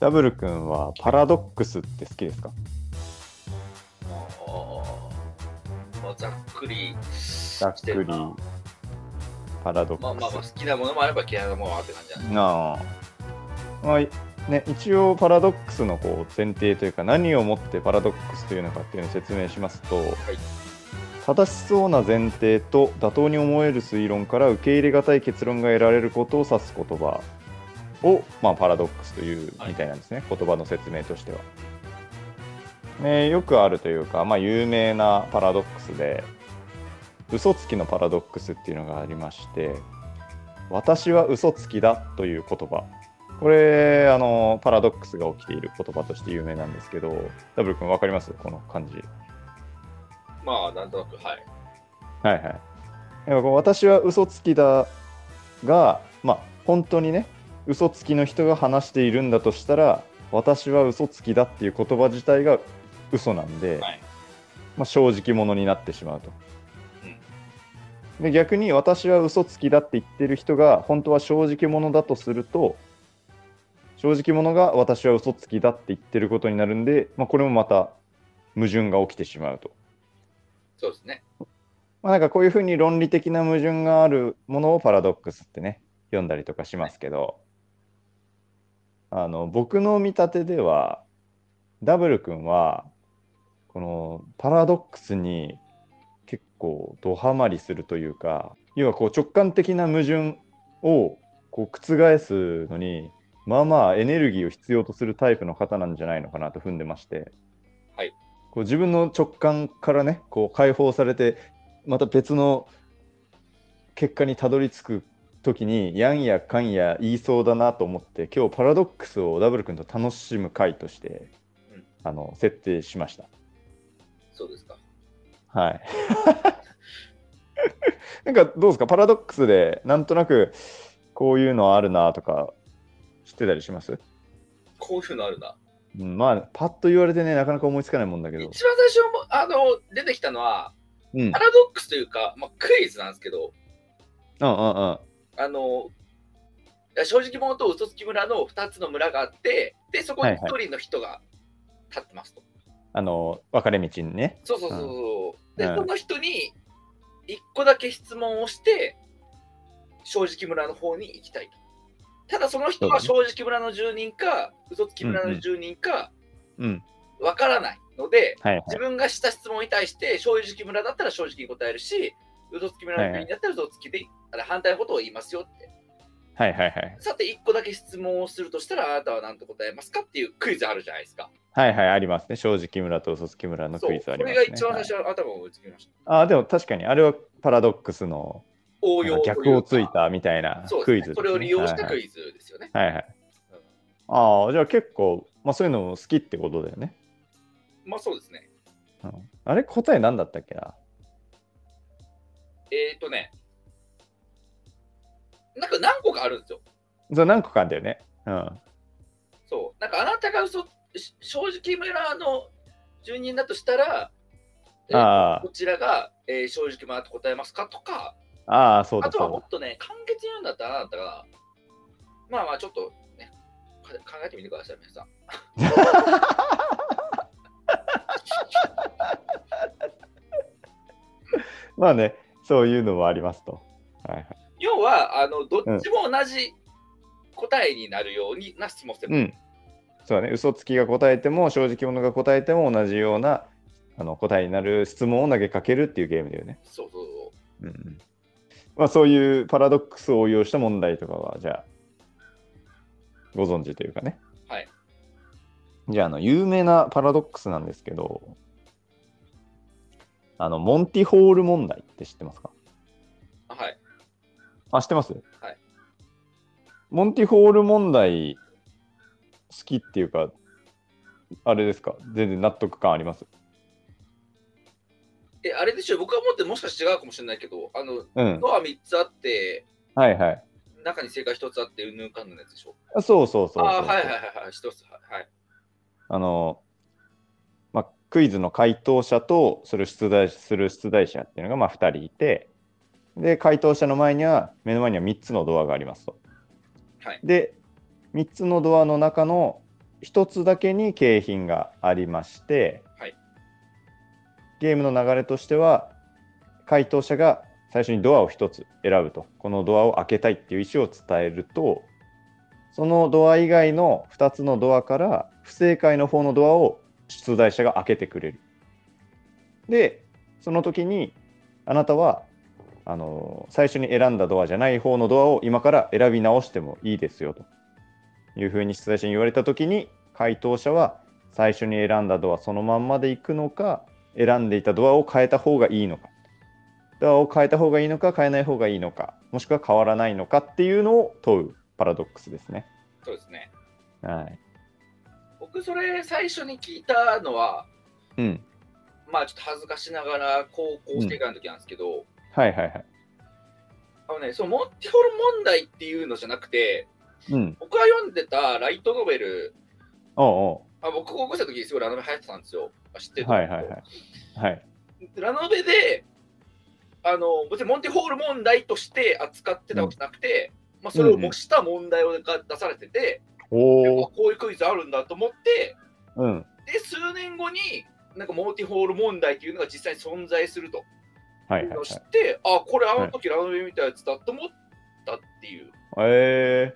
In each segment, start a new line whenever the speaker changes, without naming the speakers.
ダブル君はパラドックスって好きですか
まあざっくり
ざっ
し
く
て
り
るな。
パラド
まあまあ
ック
まあ
ス。
好きなものもあれば嫌いなものもあるって感じだね。
なあ。まあいね、一応パラドックスのこう前提というか何をもってパラドックスというのかっていうのを説明しますと、正しそうな前提と妥当に思える推論から受け入れ難い結論が得られることを指す言葉を、まあ、パラドックスというみたいなんですね、言葉の説明としては。ね、よくあるというか、まあ、有名なパラドックスで嘘つきのパラドックスっていうのがありまして「私は嘘つきだ」という言葉これあのパラドックスが起きている言葉として有名なんですけどダブル君分かりますこの感じ。
まあなんとなくはい。
はいはい。やっぱこう私は嘘つきだが、まあ、本当にね、嘘つきの人が話しているんだとしたら、私は嘘つきだっていう言葉自体が嘘なんで、
はい
まあ、正直者になってしまうと。で逆に私は嘘つきだって言ってる人が本当は正直者だとすると正直者が私は嘘つきだって言ってることになるんで、まあ、これもまた矛盾が起きてしまうと。
そうですね。
まあ、なんかこういうふうに論理的な矛盾があるものをパラドックスってね読んだりとかしますけどあの僕の見立てではダブル君はこのパラドックスに結構ドハマりするというか要はこう直感的な矛盾をこう覆すのにまあまあエネルギーを必要とするタイプの方なんじゃないのかなと踏んでまして、
はい、
こう自分の直感からねこう解放されてまた別の結果にたどり着く時にやんやかんや言いそうだなと思って今日パラドックスをダブル君と楽しむ回として、
うん
あの設定しました。
そうですか。
はい。なんかどうですかパラドックスでなんとなくこういうのあるなとか知ってたりします、
こういうのあるな。
うん、まあパッと言われてねなかなか思いつかないもんだけど。
一番最初もあの出てきたのは
うん。うん
パラドックスというか、まあ、クイズなんですけ
うん
ど、
うん。
あのいや正直者と嘘つき村の2つの村があって、でそこに1人の人が立ってますと。
あの分かれ道にね。
そうそうそうそう。で、
うん
その人に一個だけ質問をして、正直村の方に行きたいと。ただその人は正
そ
直村の住人か、嘘つき村の住人か
うん。
わからないので、
はいはい。
自分がした質問に対して、正直村だったら正直に答えるし、嘘つき村の住人だったら嘘つきで、あれ反対のことを言いますよって。
はいはいはい。
さて、一個だけ質問をするとしたら、あなたは何と答えますかっていうクイズあるじゃないですか。
はいはい、ありますね。正直村と嘘つき村の
そう、
クイズあ
こ
りま
れ
す
が
ね。
一番最
はい
初頭を思いつきました。
あでも確かにあれはパラドックスの
応
なんか
用というか
逆をついたみたいな
そう
ク
で
イ
す
ズですね、
ね。それを利用したク
イ
イズですよね。
ズ。はいはい。
うん
ああ、じゃあ結構、まあ、そういうのも好きってことだよね。
まあそうですね。
うん、あれ答え何だったっけな
えっ、ー、とね、なんか何個かあるんですよ。
そう何個かあんだよね。うん。
そう。なんかあなたが嘘、し正直村の住人だとしたら、えー
あ
こちらが、えー正直村と答えますかとか、
あ、ああ、そう
あ
だ
とはも
そ
っとね、簡潔に言うんだったらあなたが、まあまあちょっとね、か考えてみてください、皆さん。
うだ。まあね、そういうのもありますと。はいはい、
要は、あの、どっちも同じ答えになるようにな質問してます。
うん。そうだね、嘘つきが答えても、正直者が答えても同じようなあの答えになる質問を投げかけるっていうゲームだよね。
そうそうそ
う
う。
んうん。まあ、そういうパラドックスを応用した問題とかは、じゃあ、ご存知というかね。
はい。
じゃあ、あの、有名なパラドックスなんですけど、あの、モンティホール問題って知ってますか
あはい。
あ、知ってます
はい。
モンティホール問題、好きっていうか、あれですか全然納得感あります
え、あれでしょ、僕は思ってもしかして違うかもしれないけど、あの、
うん。
ドア3つあって、
はいはい。
中に正解1つあって、うんぬんかんぬんのやつでしょ。
あそうそうそうそう。
ああ、はいはいはいはい、1つ、はいはい。
あの、まあ、クイズの回答者とそれを出題する出題者っていうのがまあ2人いてで回答者の前には目の前には3つのドアがありますと。
はい
で3つのドアの中の一つだけに景品がありまして、
はい
ゲームの流れとしては回答者が最初にドアを一つ選ぶとこのドアを開けたいっていう意思を伝えるとそのドア以外の2つのドアから不正解の方のドアを出題者が開けてくれる。でその時にあなたはあの最初に選んだドアじゃない方のドアを今から選び直してもいいですよというふうに出題者に言われた時に回答者は最初に選んだドアそのまんまで行くのか選んでいたドアを変えた方がいいのかドアを変えた方がいいのか変えない方がいいのかもしくは変わらないのかっていうのを問うパラドックスですね。
そうですね。
はい
僕、それ最初に聞いたのは、
うん、
まあちょっと恥ずかしながら高校生ぐらいの時なんですけど、
はいはいはい。
あのね、そのモンティホロ問題っていうのじゃなくて、
うん、
僕が読んでたライトノベル、
おう
あ僕高校生の時にすごいラノベ流行ってたんですよ。まあ知って
お
る
う。はいはいはい。はい、
ラノベで、あの別にモンティホール問題として扱ってたわけじゃなくて、まあ、それを模した問題をが出されてて、
お
あ
お、
こういうクイズあるんだと思って、
うん、
で数年後に、なんかモンティホール問題というのが実際に存在すると
はいいうはい
の
は
を
い
知。って、あこれあの時ラノベみたいなやつだと思ったっていう、
え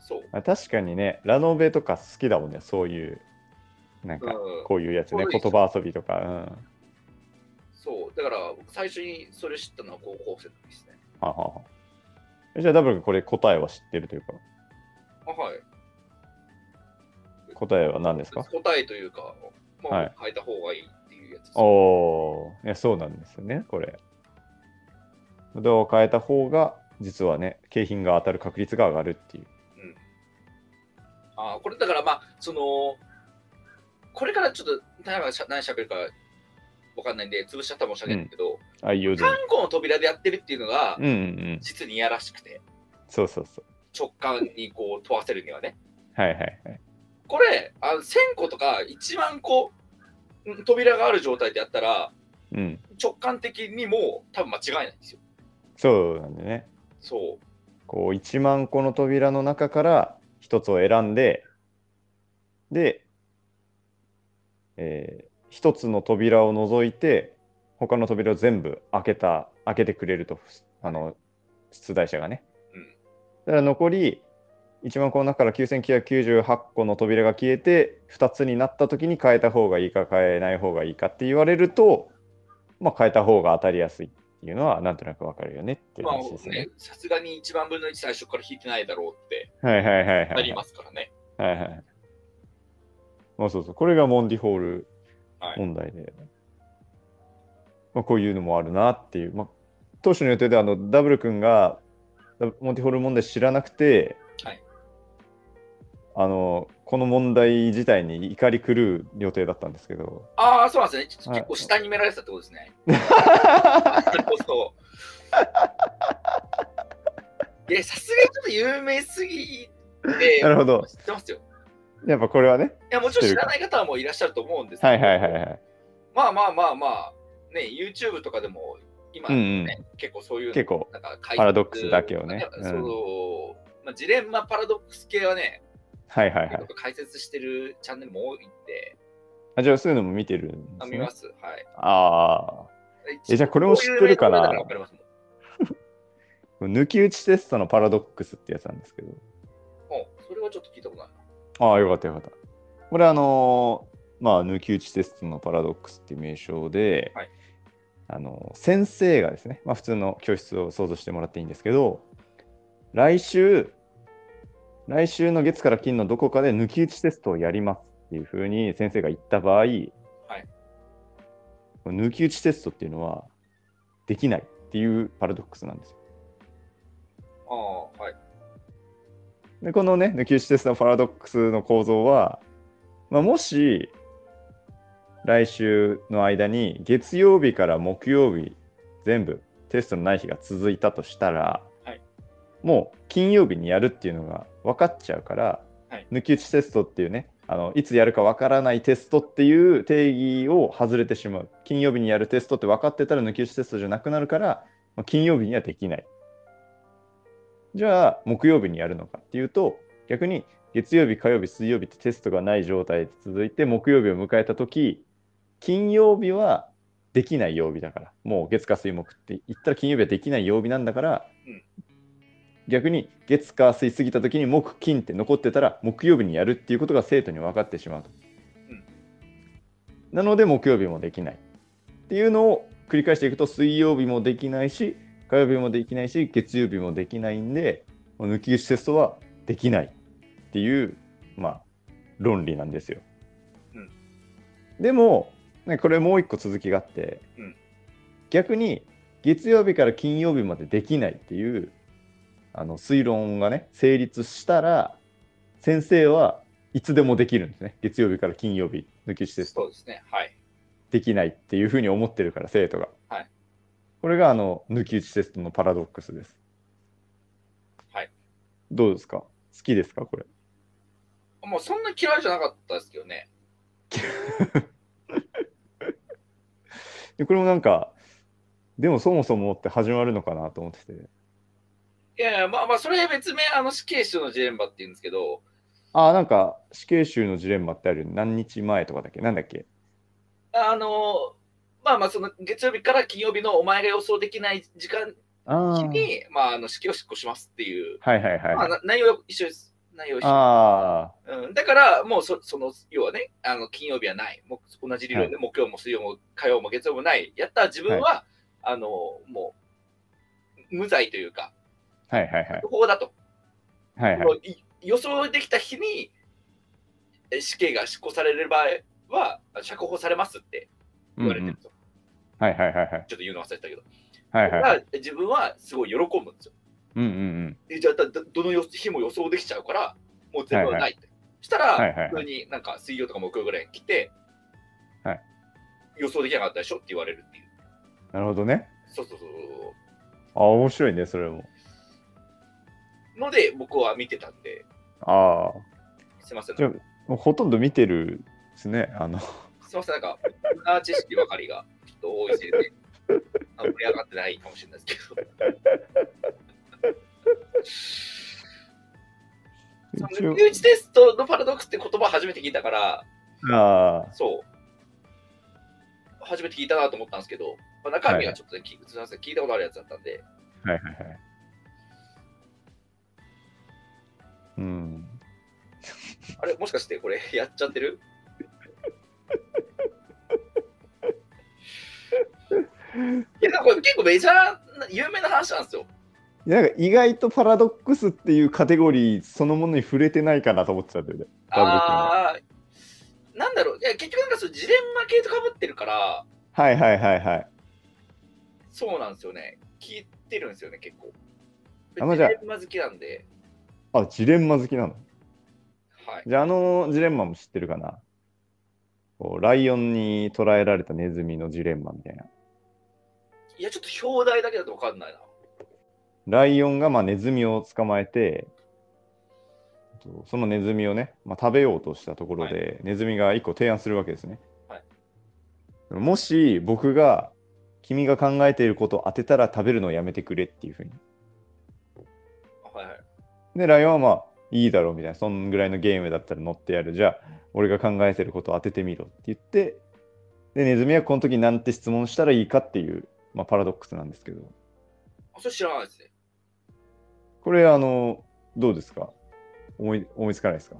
そう。
ー、あ確かにね、ラノベとか好きだもんね、そういう、なんか、
うん
こういうやつね、
そうで
言
す
葉遊びとか。うん
そうだから僕最初にそれ知ったのは高校生の時ですね。
はあはあはあえじゃあダブル君これ答えは知ってるというか
あはい、
答えは何ですか
答えというか、ま
は
あ
い、
変えた方がいいっていうやつです、
おおーいやそうなんですよねこれドアを変えた方が実はね景品が当たる確率が上がるっていう
あーこれだからまあそのこれからちょっと何がしゃ何喋るかわかんないんで潰しちゃったら申し訳ないんだけど、
あいいよ全
単
然
語の扉でやってるっていうのが、
うんうんうん
実にいやらしくて
そうそうそう
直感にこう問わせるにはね
はいはいはい
これあの1000個とか1万個ん扉がある状態でやったら
うん
直感的にもう多分間違いないんですよ
そうなんでね
そう
こう1万個の扉の中から1つを選んでで、え1つの扉を除いて他の扉を全部開けた開けてくれるとあの出題者がね、
うん
だから残り1万個の中から9998個の扉が消えて2つになった時に変えた方がいいか変えない方がいいかって言われると、まあ、変えた方が当たりやすいっていうのはなんとなくわかるよねっていう
ま
話です
あ
ね
ね。さすがに1万分の1最初から引いてないだろうって
はいはいはいはい。
ありますからね、
はいはい。まあそうそう。これがモンディホール
はい
問題で。まあこういうのもあるなっていう。まあ、当初の予定ではあのダブル君がダブモンディホール問題知らなくて、
はい
あの、この問題自体に怒り狂う予定だったんですけど。
ああそうなんですねちょっと
はい
結構下に見られてたってことですね、それこそ。いや、さすがにちょっと有名すぎて、
なるほど
知ってますよ。
やっぱこれはね。
いや、もちろん知らない方もいらっしゃると思うんですけど、
はいはいはいはい。
まあまあまあまあ、ね、YouTube とかでも今、
うん
ね
うん。
結構そういう、
結構。
なんか解説
パラドックスだけをねうん
そう、まあ、ジレンマパラドックス系はね、
はいはいは
結
い
構。解説してるチャンネルも多いんで、
あじゃあそういうのも見てるんで
あ
す
見
ね
ま。す。はい。
あえじゃあこれも知ってるかな
こういう名称だらわかりますもん
あ。抜き打ちテストのパラドックスってやつなんですけど。
うんそれはちょっと聞いたことない。
ああ、よかったよかった。これあのーまあ、抜き打ちテストのパラドックスっていう名称で、
はい
あのー先生がですね、まあ、普通の教室を想像してもらっていいんですけど、来週、来週の月から金のどこかで抜き打ちテストをやりますっていうふうに先生が言った場合、抜き打ちテストっていうのはできないっていうパラドックスなんですよ。
ああ、はい。
でこのね抜き打ちテストのパラドックスの構造は、まあ、もし来週の間に月曜日から木曜日全部テストのない日が続いたとしたら、
はい
もう金曜日にやるっていうのが分かっちゃうから、
はい
抜き打ちテストっていうねあのいつやるか分からないテストっていう定義を外れてしまう金曜日にやるテストって分かってたら抜き打ちテストじゃなくなるから、まあ金曜日にはできないじゃあ木曜日にやるのかっていうと逆に月曜日、火曜日、水曜日ってテストがない状態で続いて、木曜日を迎えたとき、金曜日はできない曜日だから、もう月火水木って言ったら金曜日はできない曜日なんだから、
うん
逆に月火水過ぎたときに木金って残ってたら、木曜日にやるっていうことが生徒に分かってしまうと。
うん
なので、木曜日もできない。っていうのを繰り返していくと、水曜日もできないし、火曜日もできないし、月曜日もできないんで、もう抜き打ちテストはできないっていう、まあ、論理なんですよ。
うん
でも、ね、これもう一個続きがあって、
うん
逆に月曜日から金曜日までできないっていうあの推論がね成立したら先生はいつでもできるんですね月曜日から金曜日抜き打ちテスト
そうですね。はい。
できないっていうふうに思ってるから生徒が、
はい
これがあの抜き打ちテストのパラドックスです
はい
どうですか好きですかこれ
もうそんな嫌いじゃなかったですけどね。
でこれもなんかでもそもそもって始まるのかなと思ってて
いやいや、まあまあ、それ別名、あの死刑囚のジレンマっていうんですけど、
あなんか死刑囚のジレンマってあるよね何日前とかだっけなんだっけ
あの、まあまあ、その月曜日から金曜日のお前が予想できない時間
あー
に、まあ、あの死刑を執行しますっていう、
はいはいはい、
まあ、
はい、
な内容は一緒です。内容は一緒
あ
うん、だから、もうそその、要はね、あの金曜日はない、もう同じ理論で、木曜も水曜も火曜も月曜もない、やったら自分は、あのもう無罪というか、
ーはいはいはい
不法だと、
はい
も
はいう
い予想できた日にえ死刑が執行される場合は、釈放されますって
うん
言
う
われてる
ん
と、
はいはいはいはい
ちょっと言うの忘れたけど、
はい
だ
は
か
い
ら自分はすごい喜ぶんですよ。
うんうんうん
でじゃあだどのよ日も予想できちゃうから、もう全部はないって。したら、
はいはい
普通になんか水曜とか木曜ぐらいに来て、
はい
予想できなかったでしょって言われるっていう。
なるほどね
そうそうそう。
あ面白いねそれも
ので、僕は見てたんで、
あ
すいません、
じゃああほとんど見てるですねあの
すいません、なんか、無駄な知識ばかりがちょっと多いせいで、あ盛り上がってないかもしれないですけど。
一
その
応
抜き打ちテストのパラドックスって言葉初めて聞いたから、
ああ
そう。初めて聞いたなと思ったんですけど、まあ、中身はちょっとね、きすみません、聞いたことあるやつだったんで、
はいはいはい。うん。
あれ、もしかしてこれやっちゃっ てるいや、これ結構メジャーな、有名な話なんですよ。
なんか意外とパラドックスっていうカテゴリーそのものに触れてないかなと思ってたんだよね。ダブル
あーなんだろう、いや結局なんかそのジレンマ系とかぶってるから、
はいはいはいはい。
そうなんですよね。聞いてるんですよね、結構。
あまあ
ジ
じゃあ
レンマ好きなんで、
あ、ジレンマ好きなの。
はい。
じゃあ、あのジレンマも知ってるかなこうライオンに捕らえられたネズミのジレンマみたいな。
いや、ちょっと表題だけだと分かんないな。
ライオンがまあネズミを捕まえて、とそのネズミをね、まあ、食べようとしたところで、
は
ネズミが一個提案するわけですね。
はい
もし僕が君が考えていることを当てたら食べるのをやめてくれっていうふうに。
はいはい。
で、ライオンはまあいいだろうみたいな、そんぐらいのゲームだったら乗ってやる。じゃあ、俺が考えていることを当ててみろって言って、で、ネズミはこの時なんて質問したらいいかっていう、まあ、パラドックスなんですけど、
あそれ知らないですね。
これ、あの、どうですか思い思いつかないですか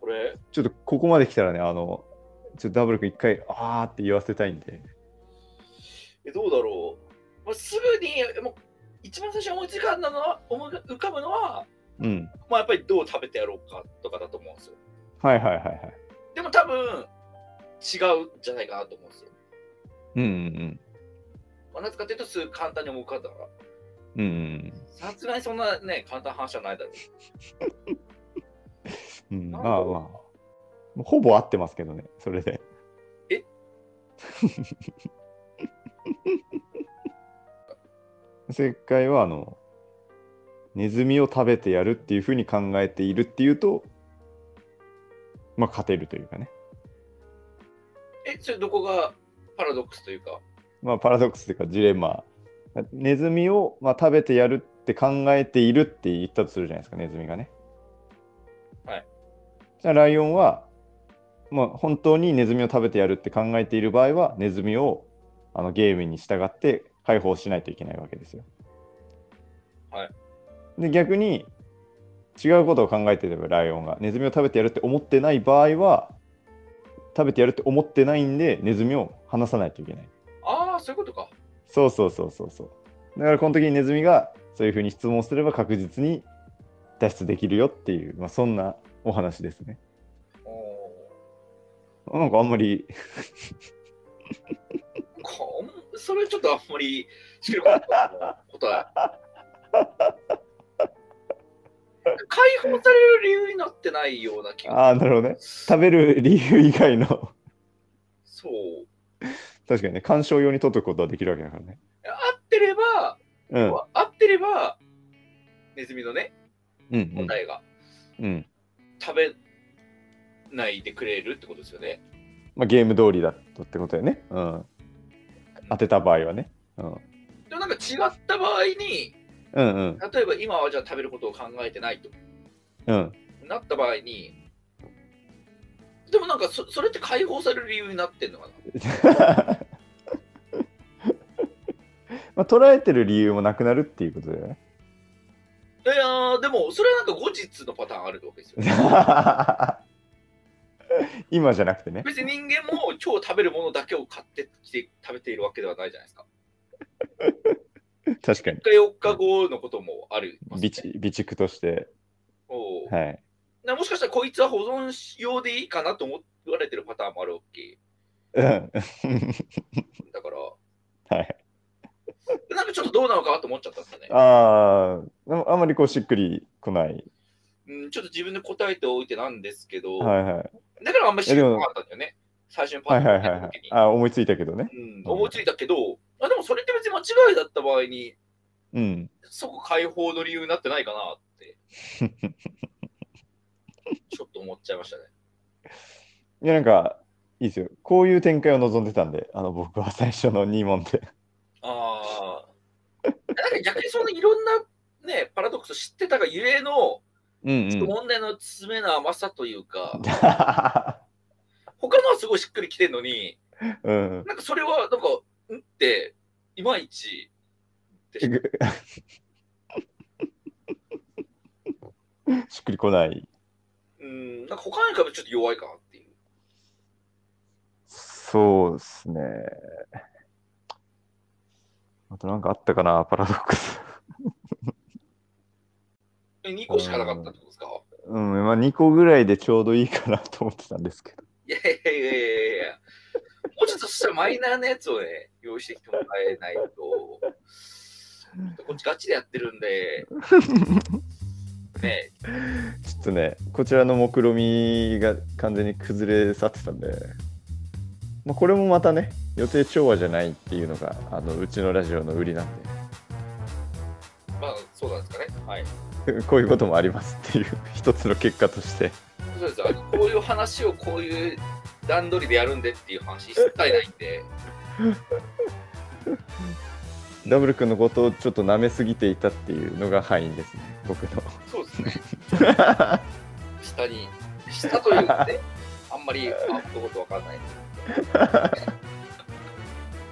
これ、
ちょっとここまで来たらね、あの、ちょっとダブル君一回、あーって言わせたいんで。
えどうだろう。まあ、すぐに、もう一番最初に思いつかんだのは、思い浮かぶのは、
うん。
まあ、やっぱりどう食べてやろうかとかだと思うんですよ。
はいはいはいはい。
でも多分、違うんじゃないかなと思うんですよ。
うんうん
まあ、なぜかというと、すぐ簡単に思い浮かんだから。
うん。うんうん
さすがにそんなね、簡単な話はないだろう。
うん。うん、まあまあ。もうほぼ合ってますけどね、それで。
え
正解は、あの、ネズミを食べてやるっていうふうに考えているっていうと、まあ、勝てるというかね。
え、それどこがパラドックスというか。
まあ、パラドックスというかジレンマネズミを、まあ、食べてやるって考えているって言ったとするじゃないですかネズミがね
はい
じゃあライオンは、まあ、本当にネズミを食べてやるって考えている場合はネズミをあのゲームに従って解放しないといけないわけですよ。
はい、
で逆に違うことを考えてればライオンがネズミを食べてやるって思ってない場合は食べてやるって思ってないんでネズミを離さないといけない。
ああ、そういうことか。
そうそうそうそうそう。だからこの時にネズミがそういうふうに質問すれば確実に脱出できるよっていう、まあ、そんなお話ですね。
おー
なんかあんまり
こんそれちょっとあんまりしきることは。 解放される理由になってないような気が
ああなるほどね食べる理由以外の
そう。
確かにね鑑賞用に取っとくことはできるわけだからね。
合ってれば、
うん
合ってれば、ネズミのね、
うん
答えが、
うんうん
食べないでくれるってことですよね。
まあ、ゲーム通りだとってことだよね。うん、当てた場合はね。うん、
でもなんか違った場合に、
うんうん
例えば今はじゃあ食べることを考えてないと
うん
なった場合に、でもなんかそそれって解放される理由になってんのかな
まあ、捉えてる理由もなくなるっていうことだよね。
いやーでもそれはなんか後日のパターンあるわけですよ ね。
今じゃなくてね。
別に人間も今日食べるものだけを買ってきて食べているわけではないじゃないですか。
確かに。
3日4日後のこともある、
備蓄備蓄として。
おう
はい。
なもしかしたらこいつは保存用でいいかなと思われてるパターンもあるわけ
うん。
だから、
はい。
なんかちょっとどうなのかなと思っちゃったんですよね。
ああ、あんまりこうしっくりこない。
うん、ちょっと自分で答えておいてなんですけど、
はいはい。
だからあんまり知らなかったんだよね。最初にパ
は
ッ
い
と
はいは
見
いは
た
い
時に。。
あー思いついたけどね。
うん、思いついたけど、あでもそれって別に間違いだった場合に、
うん。
即解放の理由になってないかな って、ちょっと思っちゃいましたね。
いやなんか、いいですよ。こういう展開を望んでたんで、あの僕は最初の2問で。
ああ。なんか逆にそのいろんなね、パラドックスを知ってたがゆえの、
うん
ちょっ
うん。
と問題の詰めの甘さというか、
う
他のはすごいしっくりきてるのに、
ん、
なんかそれは、なんか、んって、いまいち、
しっくりこない。
うん、なんか他に比べてちょっと弱いかなっていう。
そうですね。あとなんかあったかな、パラドックス。
え2個しかなかったってことですか
うん、まあ2個ぐらいでちょうどいいかなと思ってたんですけど。
いやいやいやいやいや。もうちょっとそしたらマイナーなやつをね、用意してきてもらえないと。こっちガチでやってるん で。ね
ちょっとね、こちらの目論みが完全に崩れ去ってたんで、まあ、これもまたね、予定調和じゃないっていうのが、あのうちのラジオの売りなん
まあそうなんですかね。はい。
で、 こういうこともありますっていう、 一つの結果として。
そうです。あのこういう話をこういう段取りでやるんでっていう話一切ないんで。
ダブル君のことをちょっと舐めすぎていたっていうのが敗因ですね、僕の。
そうですね。下に、下というかね、あんまり、あ、どことわかんない。 え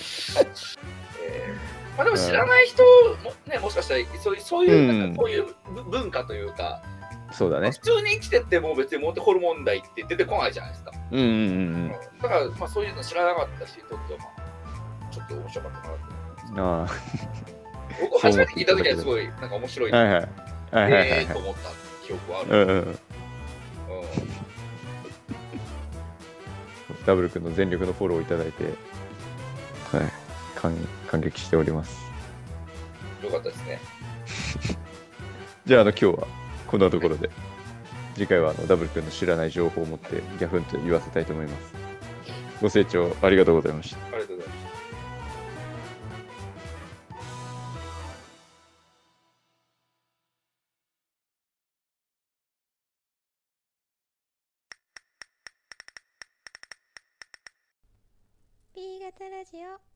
ーまあでも知らない人も、ね、もしかしたらそういうそうい
う
う,、
ん
こういうぶ文化というか、
そうだね
普。通に生きてても別にモテホルモン題って出てこないじゃないですか、
うんうんうん
だから、まあ、そういうの知らなかったしとっては、まあ、ちょっと面白かったかなと
うん。あ
僕初めて聞いた時はすごいなんか面白い、
あ、はいはい。はいはいは
え
い
えー、
は
と
い。
思った記憶はある、
うんうん。
うん
ダブル君の全力のフォローをいただいて、はい、感感激しております。
よかったですね
じゃあ、あの、今日はこんなところで、次回はあのダブル君の知らない情報を持って、ギャフンと言わせたいと思います。ご清聴ありがとうございました。
ありがとうございます
ー型ラジオ